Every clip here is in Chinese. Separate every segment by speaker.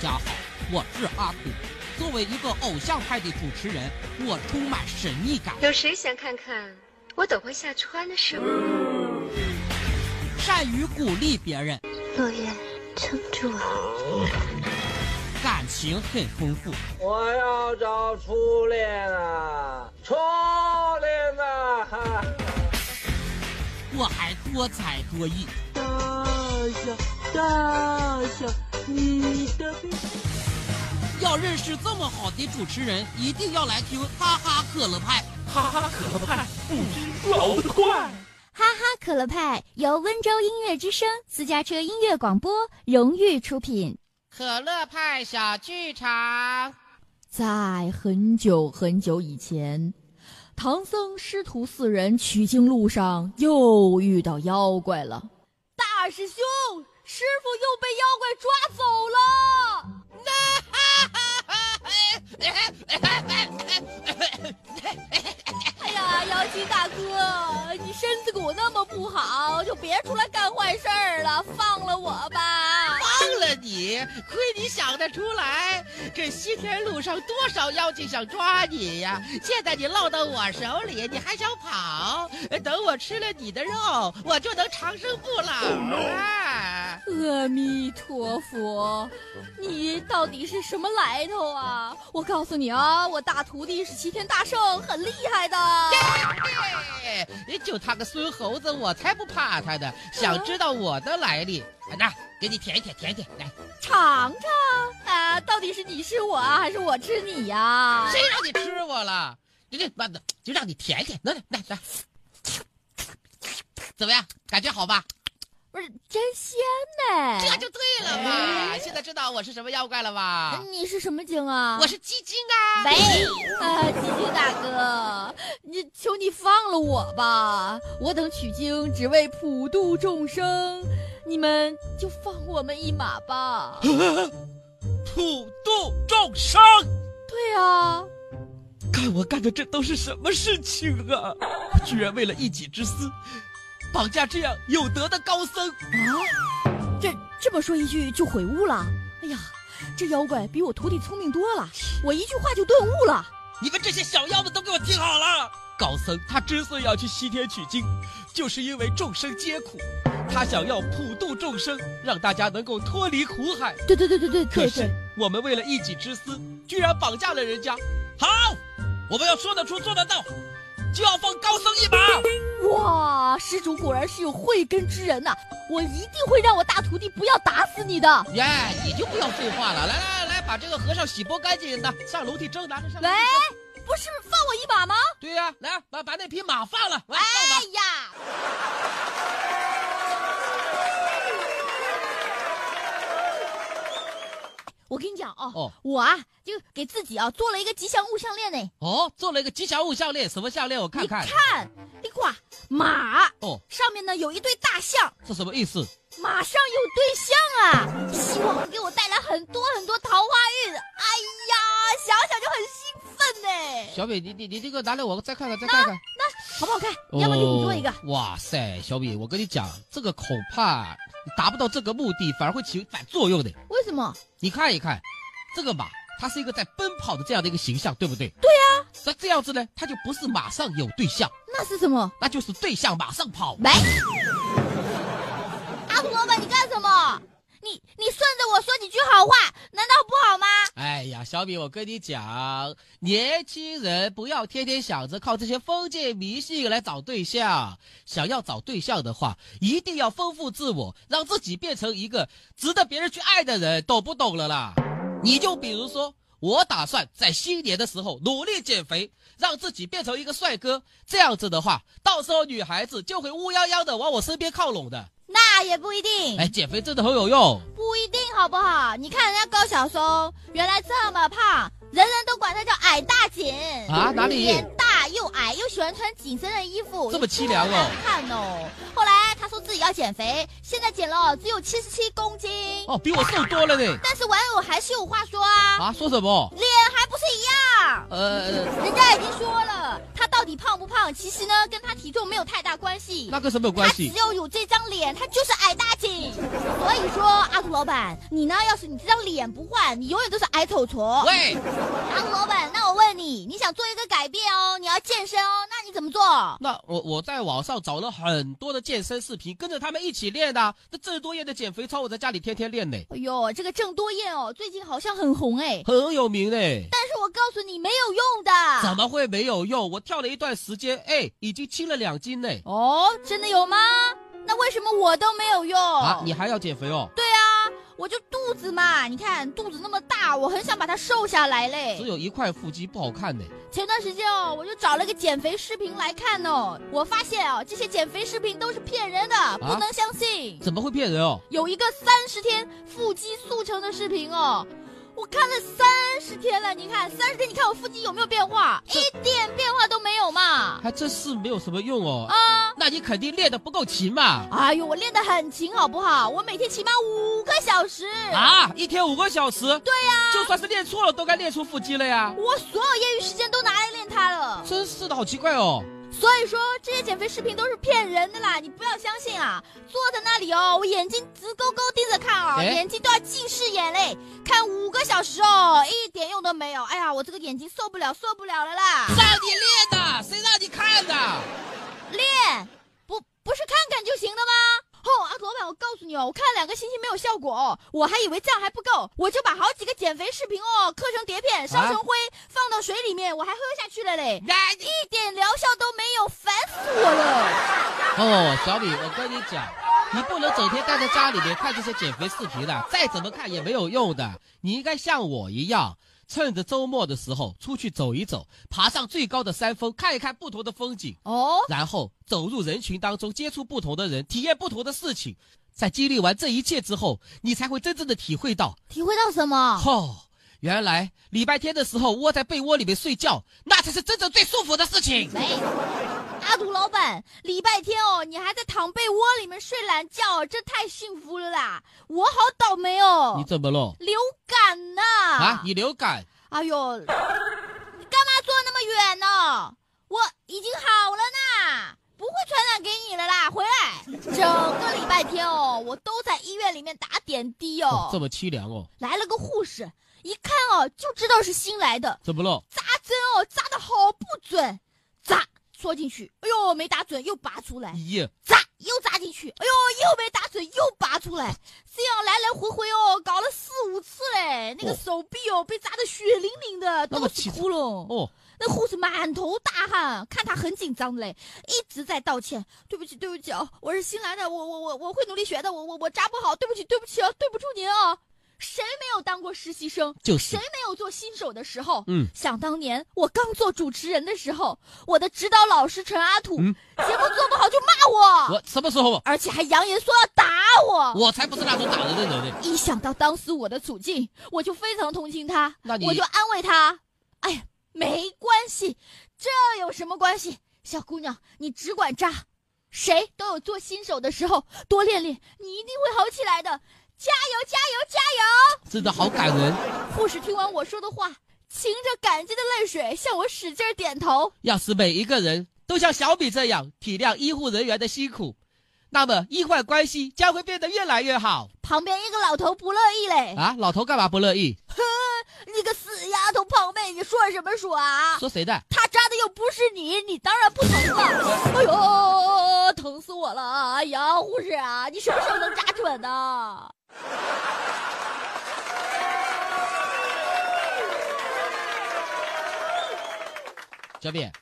Speaker 1: 家好，我是阿土。作为一个偶像派的主持人，我充满神秘感。
Speaker 2: 有谁想看看我等会下川的时候？
Speaker 1: 善于鼓励别人，
Speaker 2: 落叶，撑住啊！
Speaker 1: 感情很丰富，
Speaker 3: 我要找初恋啊，初恋啊！
Speaker 1: 我还多才多艺，
Speaker 4: 大象，大象，你的背。
Speaker 1: 要认识这么好的主持人，一定要来听哈哈可乐派。
Speaker 5: 哈哈可乐派，不知老得快。
Speaker 6: 哈哈可乐派由温州音乐之声私家车音乐广播荣誉出品。
Speaker 1: 可乐派小剧场，
Speaker 7: 在很久很久以前，唐僧师徒四人取经路上又遇到妖怪了。
Speaker 8: 大师兄，师傅又被妖怪抓走了。
Speaker 9: 哎呀，妖精大哥，你身子骨那么不好，就别出来干坏事儿了，放了我吧！
Speaker 10: 放了你，亏你想得出来！这西天路上多少妖精想抓你呀！现在你落到我手里，你还想跑？呃等我吃了你的肉，我就能长生不老了。
Speaker 9: 阿弥陀佛，你到底是什么来头啊？我告诉你啊，我大徒弟是齐天大圣，很厉害的。
Speaker 10: 就他个孙猴子，我才不怕他的。想知道我的来历，那、啊、给你舔一舔，舔一舔，来
Speaker 9: 尝尝啊！到底是你吃我啊，还是我吃你呀、啊？
Speaker 10: 谁让你吃我了？这这妈的，就让你舔舔，来来来，怎么样？感觉好吧？
Speaker 9: 不是真鲜呢，
Speaker 10: 这就对了嘛！哎、现在知道我是什么妖怪了吧？
Speaker 9: 你是什么精啊？
Speaker 10: 我是鸡精啊！
Speaker 9: 嗯喂，啊，鸡精大哥，你求你放了我吧！我等取经只为普度众生，你们就放我们一马吧！
Speaker 5: 普度众生，
Speaker 9: 对啊。
Speaker 5: 看我干的这都是什么事情啊！居然为了一己之私。绑架这样有德的高僧
Speaker 9: 啊！这这么说一句就悔悟了？哎呀，这妖怪比我徒弟聪明多了，我一句话就顿悟了。
Speaker 5: 你们这些小妖们都给我听好了！高僧他之所以要去西天取经，就是因为众生皆苦，他想要普度众生，让大家能够脱离苦海。
Speaker 9: 对对对对对。
Speaker 5: 可是我们为了一己之私，居然绑架了人家。好，我们要说得出做得到，就要放高僧一马。
Speaker 9: 哇，施主果然是有慧根之人呐、啊！我一定会让我大徒弟不要打死你的。
Speaker 10: 耶，yeah, 你就不要废话了，来来来，把这个和尚洗剥干净的，上楼梯蒸，拿着上。
Speaker 9: 喂，不是放我一马吗？
Speaker 10: 对呀、啊，来把把那匹马放了。
Speaker 9: 哎呀！我跟你讲啊，哦，哦我啊就给自己啊做了一个吉祥物项链呢。
Speaker 10: 哦，做了一个吉祥物项链，什么项链？我看看。
Speaker 9: 你看，你挂马
Speaker 10: 哦，
Speaker 9: 上面呢有一堆大象，
Speaker 10: 这什么意思？
Speaker 9: 马上有对象啊，希望会给我带来很多很多桃花运。哎呀，想想就很兴奋呢。
Speaker 10: 小北，你你你这个拿来，我再看看，再看看，
Speaker 9: 那好不好看？要不给你做一个、哦？
Speaker 10: 哇塞，小北，我跟你讲，这个恐怕。达不到这个目的，反而会起反作用的。
Speaker 9: 为什么？
Speaker 10: 你看一看，这个马，它是一个在奔跑的这样的一个形象，对不对？
Speaker 9: 对呀、啊。
Speaker 10: 那这样子呢，它就不是马上有对象，
Speaker 9: 那是什么？
Speaker 10: 那就是对象马上跑。
Speaker 9: 喂，阿土老板，你干什么？你你顺着我说几句好话，难道不好吗？
Speaker 10: 哎呀，小米，我跟你讲，年轻人不要天天想着靠这些封建迷信来找对象。想要找对象的话，一定要丰富自我，让自己变成一个值得别人去爱的人，懂不懂了啦？你就比如说，我打算在新年的时候努力减肥，让自己变成一个帅哥。这样子的话，到时候女孩子就会乌泱泱的往我身边靠拢的。
Speaker 9: 那也不一定。
Speaker 10: 哎，减肥真的很有用。
Speaker 9: 不一定，好不好？你看人家高晓松，原来这么胖，人人都管他叫矮大紧
Speaker 10: 啊，哪里？
Speaker 9: 脸大又矮，又喜欢穿紧身的衣服，
Speaker 10: 这么凄凉
Speaker 9: 哦。看哦，后来他说自己要减肥，现在减了只有七十七公斤。
Speaker 10: 哦，比我瘦多了呢。
Speaker 9: 但是网友还是有话说啊。
Speaker 10: 啊，说什么？
Speaker 9: 脸还不是一样？呃，人家已经说了，他到。到底胖不胖，其实呢跟他体重没有太大关系。
Speaker 10: 那跟什么有关系？
Speaker 9: 他只要有这张脸，他就是矮大紧。所以说，阿土老板，你呢，要是你这张脸不换，你永远都是矮丑矬。
Speaker 10: 喂，
Speaker 9: 阿土老板，那我问你，你想做一个改变哦，你要健身哦，那你怎么做？
Speaker 10: 那我我在网上找了很多的健身视频，跟着他们一起练的、啊。那郑多燕的减肥操，我在家里天天练呢。
Speaker 9: 哎呦，这个郑多燕哦，最近好像很红哎，
Speaker 10: 很有名哎。
Speaker 9: 但是我告诉你，没有用的。
Speaker 10: 怎么会没有用？我跳了一段时间，哎，已经轻了两斤呢。
Speaker 9: 哦，真的有吗？那为什么我都没有用
Speaker 10: 啊？你还要减肥哦？
Speaker 9: 对啊，我就肚子嘛，你看肚子那么大，我很想把它瘦下来嘞。
Speaker 10: 只有一块腹肌不好看呢。
Speaker 9: 前段时间哦，我就找了个减肥视频来看哦，我发现哦，这些减肥视频都是骗人的，啊、不能相信。
Speaker 10: 怎么会骗人哦？
Speaker 9: 有一个三十天腹肌速成的视频哦。我看了三十天了，你看三十天，你看我腹肌有没有变化？一点变化都没有嘛！
Speaker 10: 还真是没有什么用哦。
Speaker 9: 啊，
Speaker 10: 那你肯定练得不够勤嘛！
Speaker 9: 哎呦，我练得很勤，好不好？我每天起码五个小时
Speaker 10: 啊，一天五个小时。
Speaker 9: 对呀、啊，
Speaker 10: 就算是练错了，都该练出腹肌了呀。
Speaker 9: 我所有业余时间都拿来练它了，
Speaker 10: 真是的，好奇怪哦。
Speaker 9: 所以说这些减肥视频都是骗人的啦，你不要相信啊！坐在那里哦，我眼睛直勾勾盯着看哦，眼睛都要近视眼嘞，看五个小时哦，一点用都没有。哎呀，我这个眼睛受不了，受不了了啦！
Speaker 10: 让你练的，谁让你看的？
Speaker 9: 练，不不是看看就行的吗？哦，阿土老板，我告诉你哦，我看了两个星期没有效果哦，我还以为这样还不够，我就把好几个减肥视频哦刻成碟片，烧成灰，啊、放到水里面，我还喝下去了嘞，一点疗效都没有，烦死我了。
Speaker 10: 哦，小李，我跟你讲，你不能整天待在家里面看这些减肥视频的，再怎么看也没有用的，你应该像我一样。趁着周末的时候出去走一走，爬上最高的山峰，看一看不同的风景
Speaker 9: 哦，
Speaker 10: 然后走入人群当中，接触不同的人，体验不同的事情。在经历完这一切之后，你才会真正的体会到，
Speaker 9: 体会到什么？
Speaker 10: 哦，原来礼拜天的时候窝在被窝里面睡觉，那才是真正最舒服的事情。
Speaker 9: 没，阿土老板，礼拜天哦，你还在躺被窝里面睡懒觉，这太幸福了啦！我好倒霉哦。
Speaker 10: 你怎么了？
Speaker 9: 流感呐、啊！
Speaker 10: 啊，你流感？
Speaker 9: 哎呦，你干嘛坐那么远呢？我已经好了呢，不会传染给你了啦。回来，整个礼拜天哦，我都在医院里面打点滴哦。哦
Speaker 10: 这么凄凉哦。
Speaker 9: 来了个护士，一看哦就知道是新来的。
Speaker 10: 怎么了？
Speaker 9: 扎针哦，扎的好不准，扎戳进去，哎呦没打准，又拔出来。
Speaker 10: 咦，
Speaker 9: 扎又扎进去，哎呦又没打准，又拔出来。这样来来回回哦，搞了四五次嘞，那个手臂哦、哦、被扎的血淋淋的，都是窟窿。
Speaker 10: 哦，
Speaker 9: 那护士满头大汗，看他很紧张嘞，一直在道歉，对不起，对不起哦，我是新来的，我我我我会努力学的，我我我扎不好，对不起，对不起哦、啊，对不住您啊。谁没有当过实习生？
Speaker 10: 就是、
Speaker 9: 谁没有做新手的时候？
Speaker 10: 嗯，
Speaker 9: 想当年我刚做主持人的时候，我的指导老师陈阿土，嗯、节目做不好就骂
Speaker 10: 我。我什么时候？
Speaker 9: 而且还扬言说要打我。
Speaker 10: 我才不是那种打人的人呢！
Speaker 9: 一想到当时我的处境，我就非常同情他，
Speaker 10: 那
Speaker 9: 我就安慰他：“哎呀，没关系，这有什么关系？小姑娘，你只管扎，谁都有做新手的时候，多练练，你一定会好起来的。”加油加油加油！
Speaker 10: 真的好感人。
Speaker 9: 护士听完我说的话，噙着感激的泪水向我使劲点头。
Speaker 10: 要是每一个人都像小米这样体谅医护人员的辛苦，那么医患关系将会变得越来越好。
Speaker 9: 旁边一个老头不乐意嘞。
Speaker 10: 啊，老头干嘛不乐意？
Speaker 9: 哼，你个死丫头胖妹，你说什么说啊？
Speaker 10: 说谁的？
Speaker 9: 他扎的又不是你，你当然不疼了。哎呦，疼死我了！哎呀，护士啊，你什么时候能扎准呢？
Speaker 10: 小米，啊，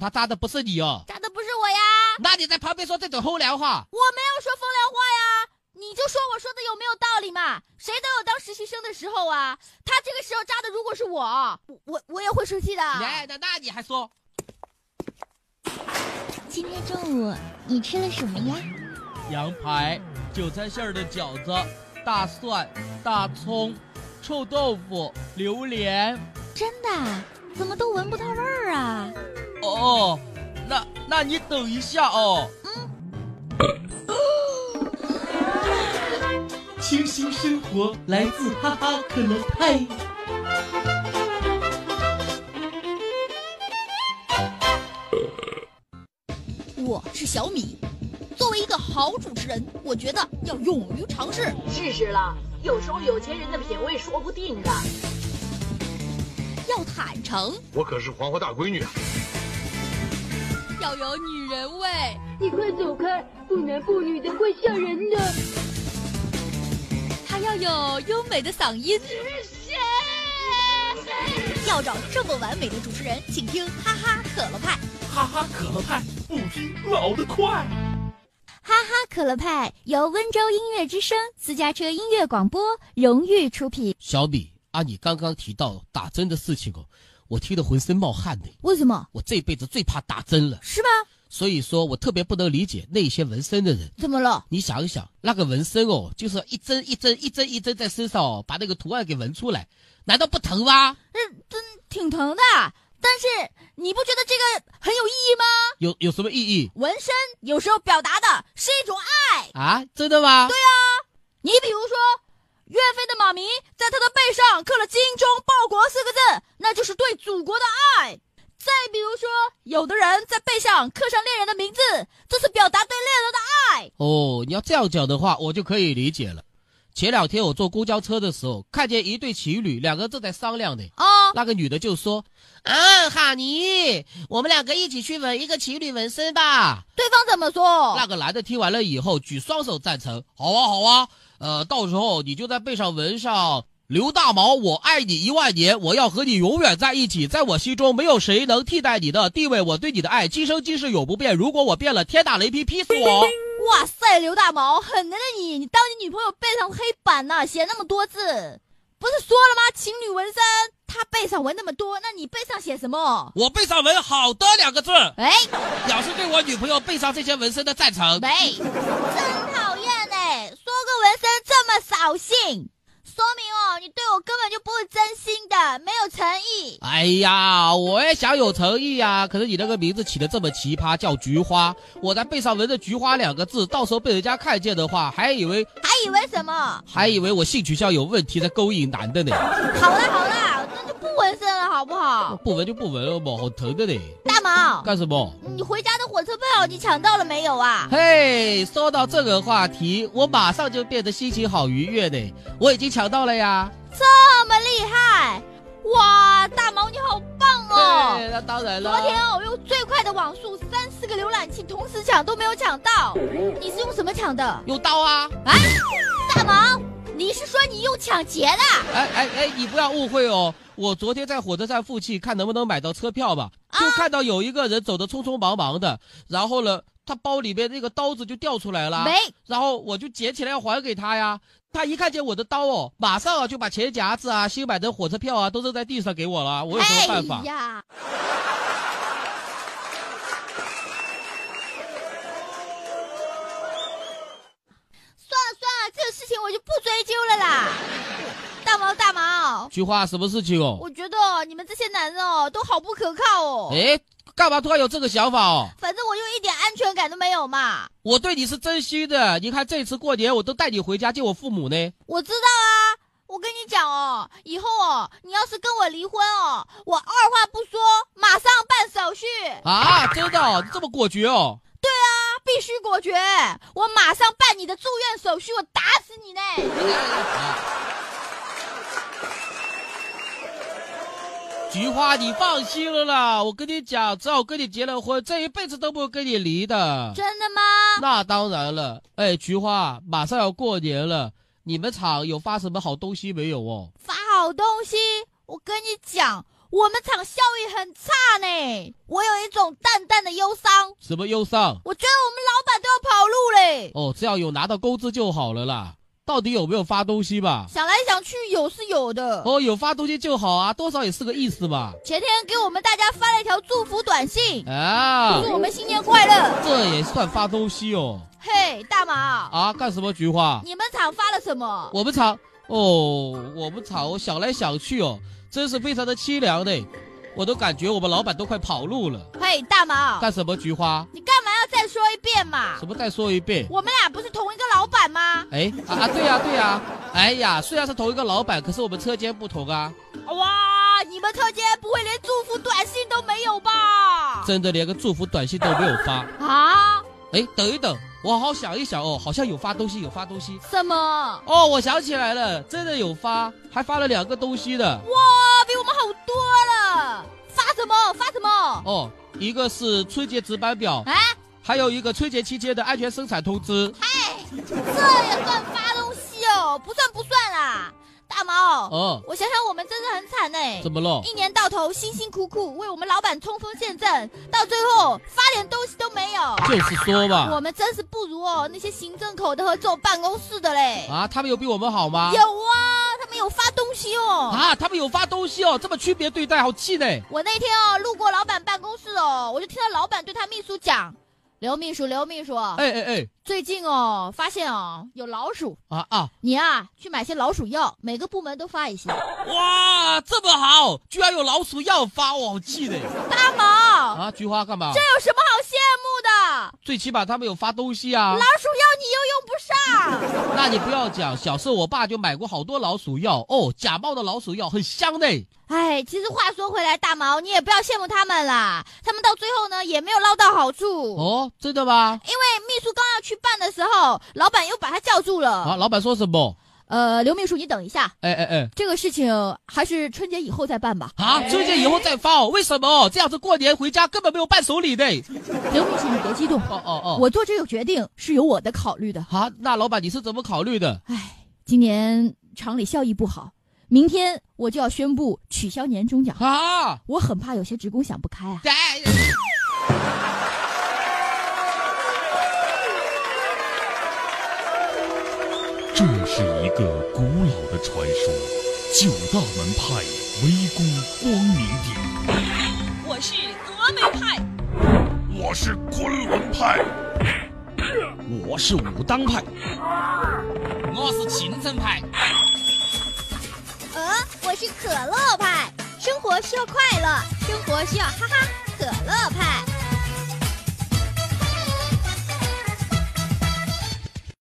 Speaker 10: 他扎的不是你哦，
Speaker 9: 扎的不是我呀。
Speaker 10: 那你在旁边说这种风凉话？
Speaker 9: 我没有说风凉话呀，你就说我说的有没有道理嘛？谁都有当实习生的时候啊。他这个时候扎的，如果是我，我我也会生气的。
Speaker 10: 哎，那那你还说？
Speaker 11: 今天中午你吃了什么呀？
Speaker 5: 羊排、韭菜馅儿的饺子、大蒜、大葱、臭豆腐、榴莲。
Speaker 11: 真的？怎么都闻不到味儿啊！
Speaker 5: 哦，那那你等一下哦。
Speaker 11: 嗯。
Speaker 5: 清新生活来自哈哈可乐派。
Speaker 9: 小米。作为一个好主持人，我觉得要勇于尝试。
Speaker 12: 试试了，有时候有钱人的品味说不定啊的。
Speaker 9: 要坦诚，
Speaker 13: 我可是黄花大闺女啊！
Speaker 9: 要有女人味。
Speaker 14: 你快走开，不男不女的会吓人的。
Speaker 9: 他要有优美的嗓音。要找这么完美的主持人，请听哈哈可乐派。
Speaker 15: 哈哈可乐派，不听老得快。啊
Speaker 6: 哈哈可乐派由温州音乐之声私家车音乐广播荣誉出品。
Speaker 10: 小米啊，你刚刚提到打针的事情哦，我听得浑身冒汗呢。
Speaker 7: 为什么？
Speaker 10: 我这辈子最怕打针了。
Speaker 7: 是吗？
Speaker 10: 所以说我特别不能理解那些纹身的人。
Speaker 7: 怎么了？
Speaker 10: 你想一想，那个纹身哦，就是一针一针一针一针在身上哦，把那个图案给纹出来，难道不疼吗？
Speaker 9: 嗯，真挺疼的。但是你不觉得这个很有意义吗？
Speaker 10: 有有什么意义？
Speaker 9: 纹身有时候表达的是一种爱
Speaker 10: 啊！真的吗？
Speaker 9: 对啊，你比如说，岳飞的马明在他的背上刻了“精忠报国”四个字，那就是对祖国的爱。再比如说，有的人在背上刻上恋人的名字，这是表达对恋人的爱。
Speaker 10: 哦，你要这样讲的话，我就可以理解了。前两天我坐公交车的时候，看见一对情侣，两个正在商量呢。
Speaker 9: 啊、哦，
Speaker 10: 那个女的就说：“啊，哈尼，我们两个一起去纹一个情侣纹身吧。”
Speaker 9: 对方怎么说？
Speaker 10: 那个男的听完了以后，举双手赞成：“好啊，好啊，呃，到时候你就在背上纹上‘刘大毛，我爱你一万年，我要和你永远在一起，在我心中没有谁能替代你的地位，我对你的爱，今生今世永不变。如果我变了，天打雷劈，劈死我！”
Speaker 9: 哇塞，刘大毛，狠的了你！你当你女朋友背上黑板呢，写那么多字，不是说了吗？情侣纹身，她背上纹那么多，那你背上写什么？
Speaker 10: 我背上纹“好的”两个字。
Speaker 9: 哎，
Speaker 10: 表示对我女朋友背上这些纹身的赞成。
Speaker 9: 没，真讨厌哎！说个纹身这么扫兴。说明哦，你对我根本就不是真心的，没有诚意。
Speaker 10: 哎呀，我也想有诚意啊，可是你那个名字起的这么奇葩，叫菊花。我在背上纹着“菊花”两个字，到时候被人家看见的话，还以为
Speaker 9: 还以为什么？
Speaker 10: 还以为我性取向有问题，在勾引男 的呢。
Speaker 9: 好了好了，那就不纹身了，好不好？
Speaker 10: 不纹就不纹了嘛，好疼的呢。
Speaker 9: 大毛，
Speaker 10: 干什么？
Speaker 9: 你回家的火车票你抢到了没有啊？
Speaker 10: 嘿，说到这个话题，我马上就变得心情好愉悦呢。我已经抢。到了呀！
Speaker 9: 这么厉害，哇，大毛你好棒
Speaker 10: 哦！那当然了。
Speaker 9: 昨天我用最快的网速，三四个浏览器同时抢都没有抢到。你是用什么抢的？
Speaker 10: 用刀啊！
Speaker 9: 啊，大毛，你是说你用抢劫的？
Speaker 10: 哎哎哎，你不要误会哦，我昨天在火车站附近看能不能买到车票吧，
Speaker 9: 啊
Speaker 10: 就看到有一个人走的匆匆忙忙的，然后呢。他包里边那个刀子就掉出来了，
Speaker 9: 没，
Speaker 10: 然后我就捡起来要还给他呀。他一看见我的刀哦，马上啊就把钱夹子啊、新买的火车票啊都扔在地上给我了，我有什么办法？
Speaker 9: 哎呀！算了算了，这个事情我就不追究了啦。大毛大毛，
Speaker 10: 菊花，什么事情哦？
Speaker 9: 我觉得你们这些男人哦都好不可靠哦。
Speaker 10: 哎。干嘛突然有这个想法哦？
Speaker 9: 反正我就一点安全感都没有嘛。
Speaker 10: 我对你是真心的，你看这次过年我都带你回家见我父母呢。
Speaker 9: 我知道啊，我跟你讲哦，以后哦，你要是跟我离婚哦，我二话不说马上办手续。
Speaker 10: 啊，真的、哦？你这么果决哦？
Speaker 9: 对啊，必须果决，我马上办你的住院手续，我打死你呢！
Speaker 10: 菊花，你放心了啦！我跟你讲，只要跟你结了婚，这一辈子都不会跟你离的。
Speaker 9: 真的吗？
Speaker 10: 那当然了。哎，菊花，马上要过年了，你们厂有发什么好东西没有哦？
Speaker 9: 发好东西，我跟你讲，我们厂效益很差呢。我有一种淡淡的忧伤。
Speaker 10: 什么忧伤？
Speaker 9: 我觉得我们老板都要跑路嘞。
Speaker 10: 哦，只要有拿到工资就好了啦。到底有没有发东西吧？
Speaker 9: 想来想去，有是有的。
Speaker 10: 哦，有发东西就好啊，多少也是个意思嘛。
Speaker 9: 前天给我们大家发了一条祝福短信
Speaker 10: 啊，
Speaker 9: 祝我们新年快乐。
Speaker 10: 这也算发东西哦。
Speaker 9: 嘿，大马
Speaker 10: 啊，干什么菊花？
Speaker 9: 你们厂发了什么？
Speaker 10: 我们厂哦，我们厂我想来想去哦，真是非常的凄凉的，我都感觉我们老板都快跑路了。
Speaker 9: 嘿，大马
Speaker 10: 干什么菊花？
Speaker 9: 你干嘛要再说一遍嘛？
Speaker 10: 什么再说一遍？
Speaker 9: 我们俩不是同一个老板吗？
Speaker 10: 哎啊对呀、啊、对呀、啊，哎呀，虽然是同一个老板，可是我们车间不同啊。
Speaker 9: 哇，你们车间不会连祝福短信都没有吧？
Speaker 10: 真的连个祝福短信都没有发
Speaker 9: 啊？
Speaker 10: 哎，等一等，我好想一想哦，好像有发东西，有发东西。
Speaker 9: 什么？
Speaker 10: 哦，我想起来了，真的有发，还发了两个东西的。
Speaker 9: 哇，比我们好多了！发什么？啊发什么？
Speaker 10: 哦，一个是春节值班表，
Speaker 9: 哎，
Speaker 10: 还有一个春节期间的安全生产通知。
Speaker 9: 哎，这也算发东西哦？不算不算啦。大毛，
Speaker 10: 哦
Speaker 9: 我想想，我们真的很惨哎、
Speaker 10: 怎么了
Speaker 9: 一年到头辛辛苦苦为我们老板冲锋陷阵，到最后发点东西都没有。
Speaker 10: 就是说
Speaker 9: 我
Speaker 10: 吧，
Speaker 9: 们真是不如哦那些行政口的和坐办公室的嘞。
Speaker 10: 啊，他们有比我们好吗？
Speaker 9: 有啊，他们有发东西哦。
Speaker 10: 啊，他们有发东西哦，这么区别对待，好气馁。
Speaker 9: 我那天哦路过老板办公室哦，我就听到老板对他秘书讲：“刘秘书，刘秘书，
Speaker 10: 哎哎哎，
Speaker 9: 最近哦发现哦有老鼠，
Speaker 10: 啊啊！
Speaker 9: 你啊去买些老鼠药，每个部门都发一些。”
Speaker 10: 哇，这么好，居然有老鼠药发，我好气 馁。
Speaker 9: 大毛，
Speaker 10: 啊，菊花干嘛
Speaker 9: 这？有什么好羡慕的？
Speaker 10: 最起码他们有发东西啊。
Speaker 9: 老鼠药你又用不上。
Speaker 10: 那你不要讲，小时候我爸就买过好多老鼠药哦，假冒的老鼠药很香呢。
Speaker 9: 哎，其实话说回来，大毛你也不要羡慕他们啦，他们到最后呢也没有捞到好处。
Speaker 10: 哦，真的吗？
Speaker 9: 因为秘书刚要去办的时候，老板又把他叫住了。
Speaker 10: 啊，老板说什么？
Speaker 9: 呃，刘秘书，你等一下，
Speaker 10: 哎哎哎，
Speaker 9: 这个事情还是春节以后再办吧。
Speaker 10: 啊，春节以后再发哦？为什么？这样子过年回家根本没有伴手 礼的。
Speaker 9: 刘秘书，你别激动，
Speaker 10: 哦哦哦，
Speaker 9: 我做这个决定是有我的考虑的。
Speaker 10: 啊，那老板你是怎么考虑的？
Speaker 7: 今年厂里效益不好，明天我就要宣布取消年终奖
Speaker 10: 啊！
Speaker 7: 我很怕有些职工想不开啊。
Speaker 10: 哎
Speaker 16: 这是一个古老的传说，九大门派围攻光明顶。
Speaker 17: 我是峨眉派，
Speaker 16: 我是昆仑派，
Speaker 18: 我是武当派，
Speaker 1: 我是秦城派，
Speaker 11: 呃，我是可乐派，生活需要快乐，生活需要哈哈可乐派。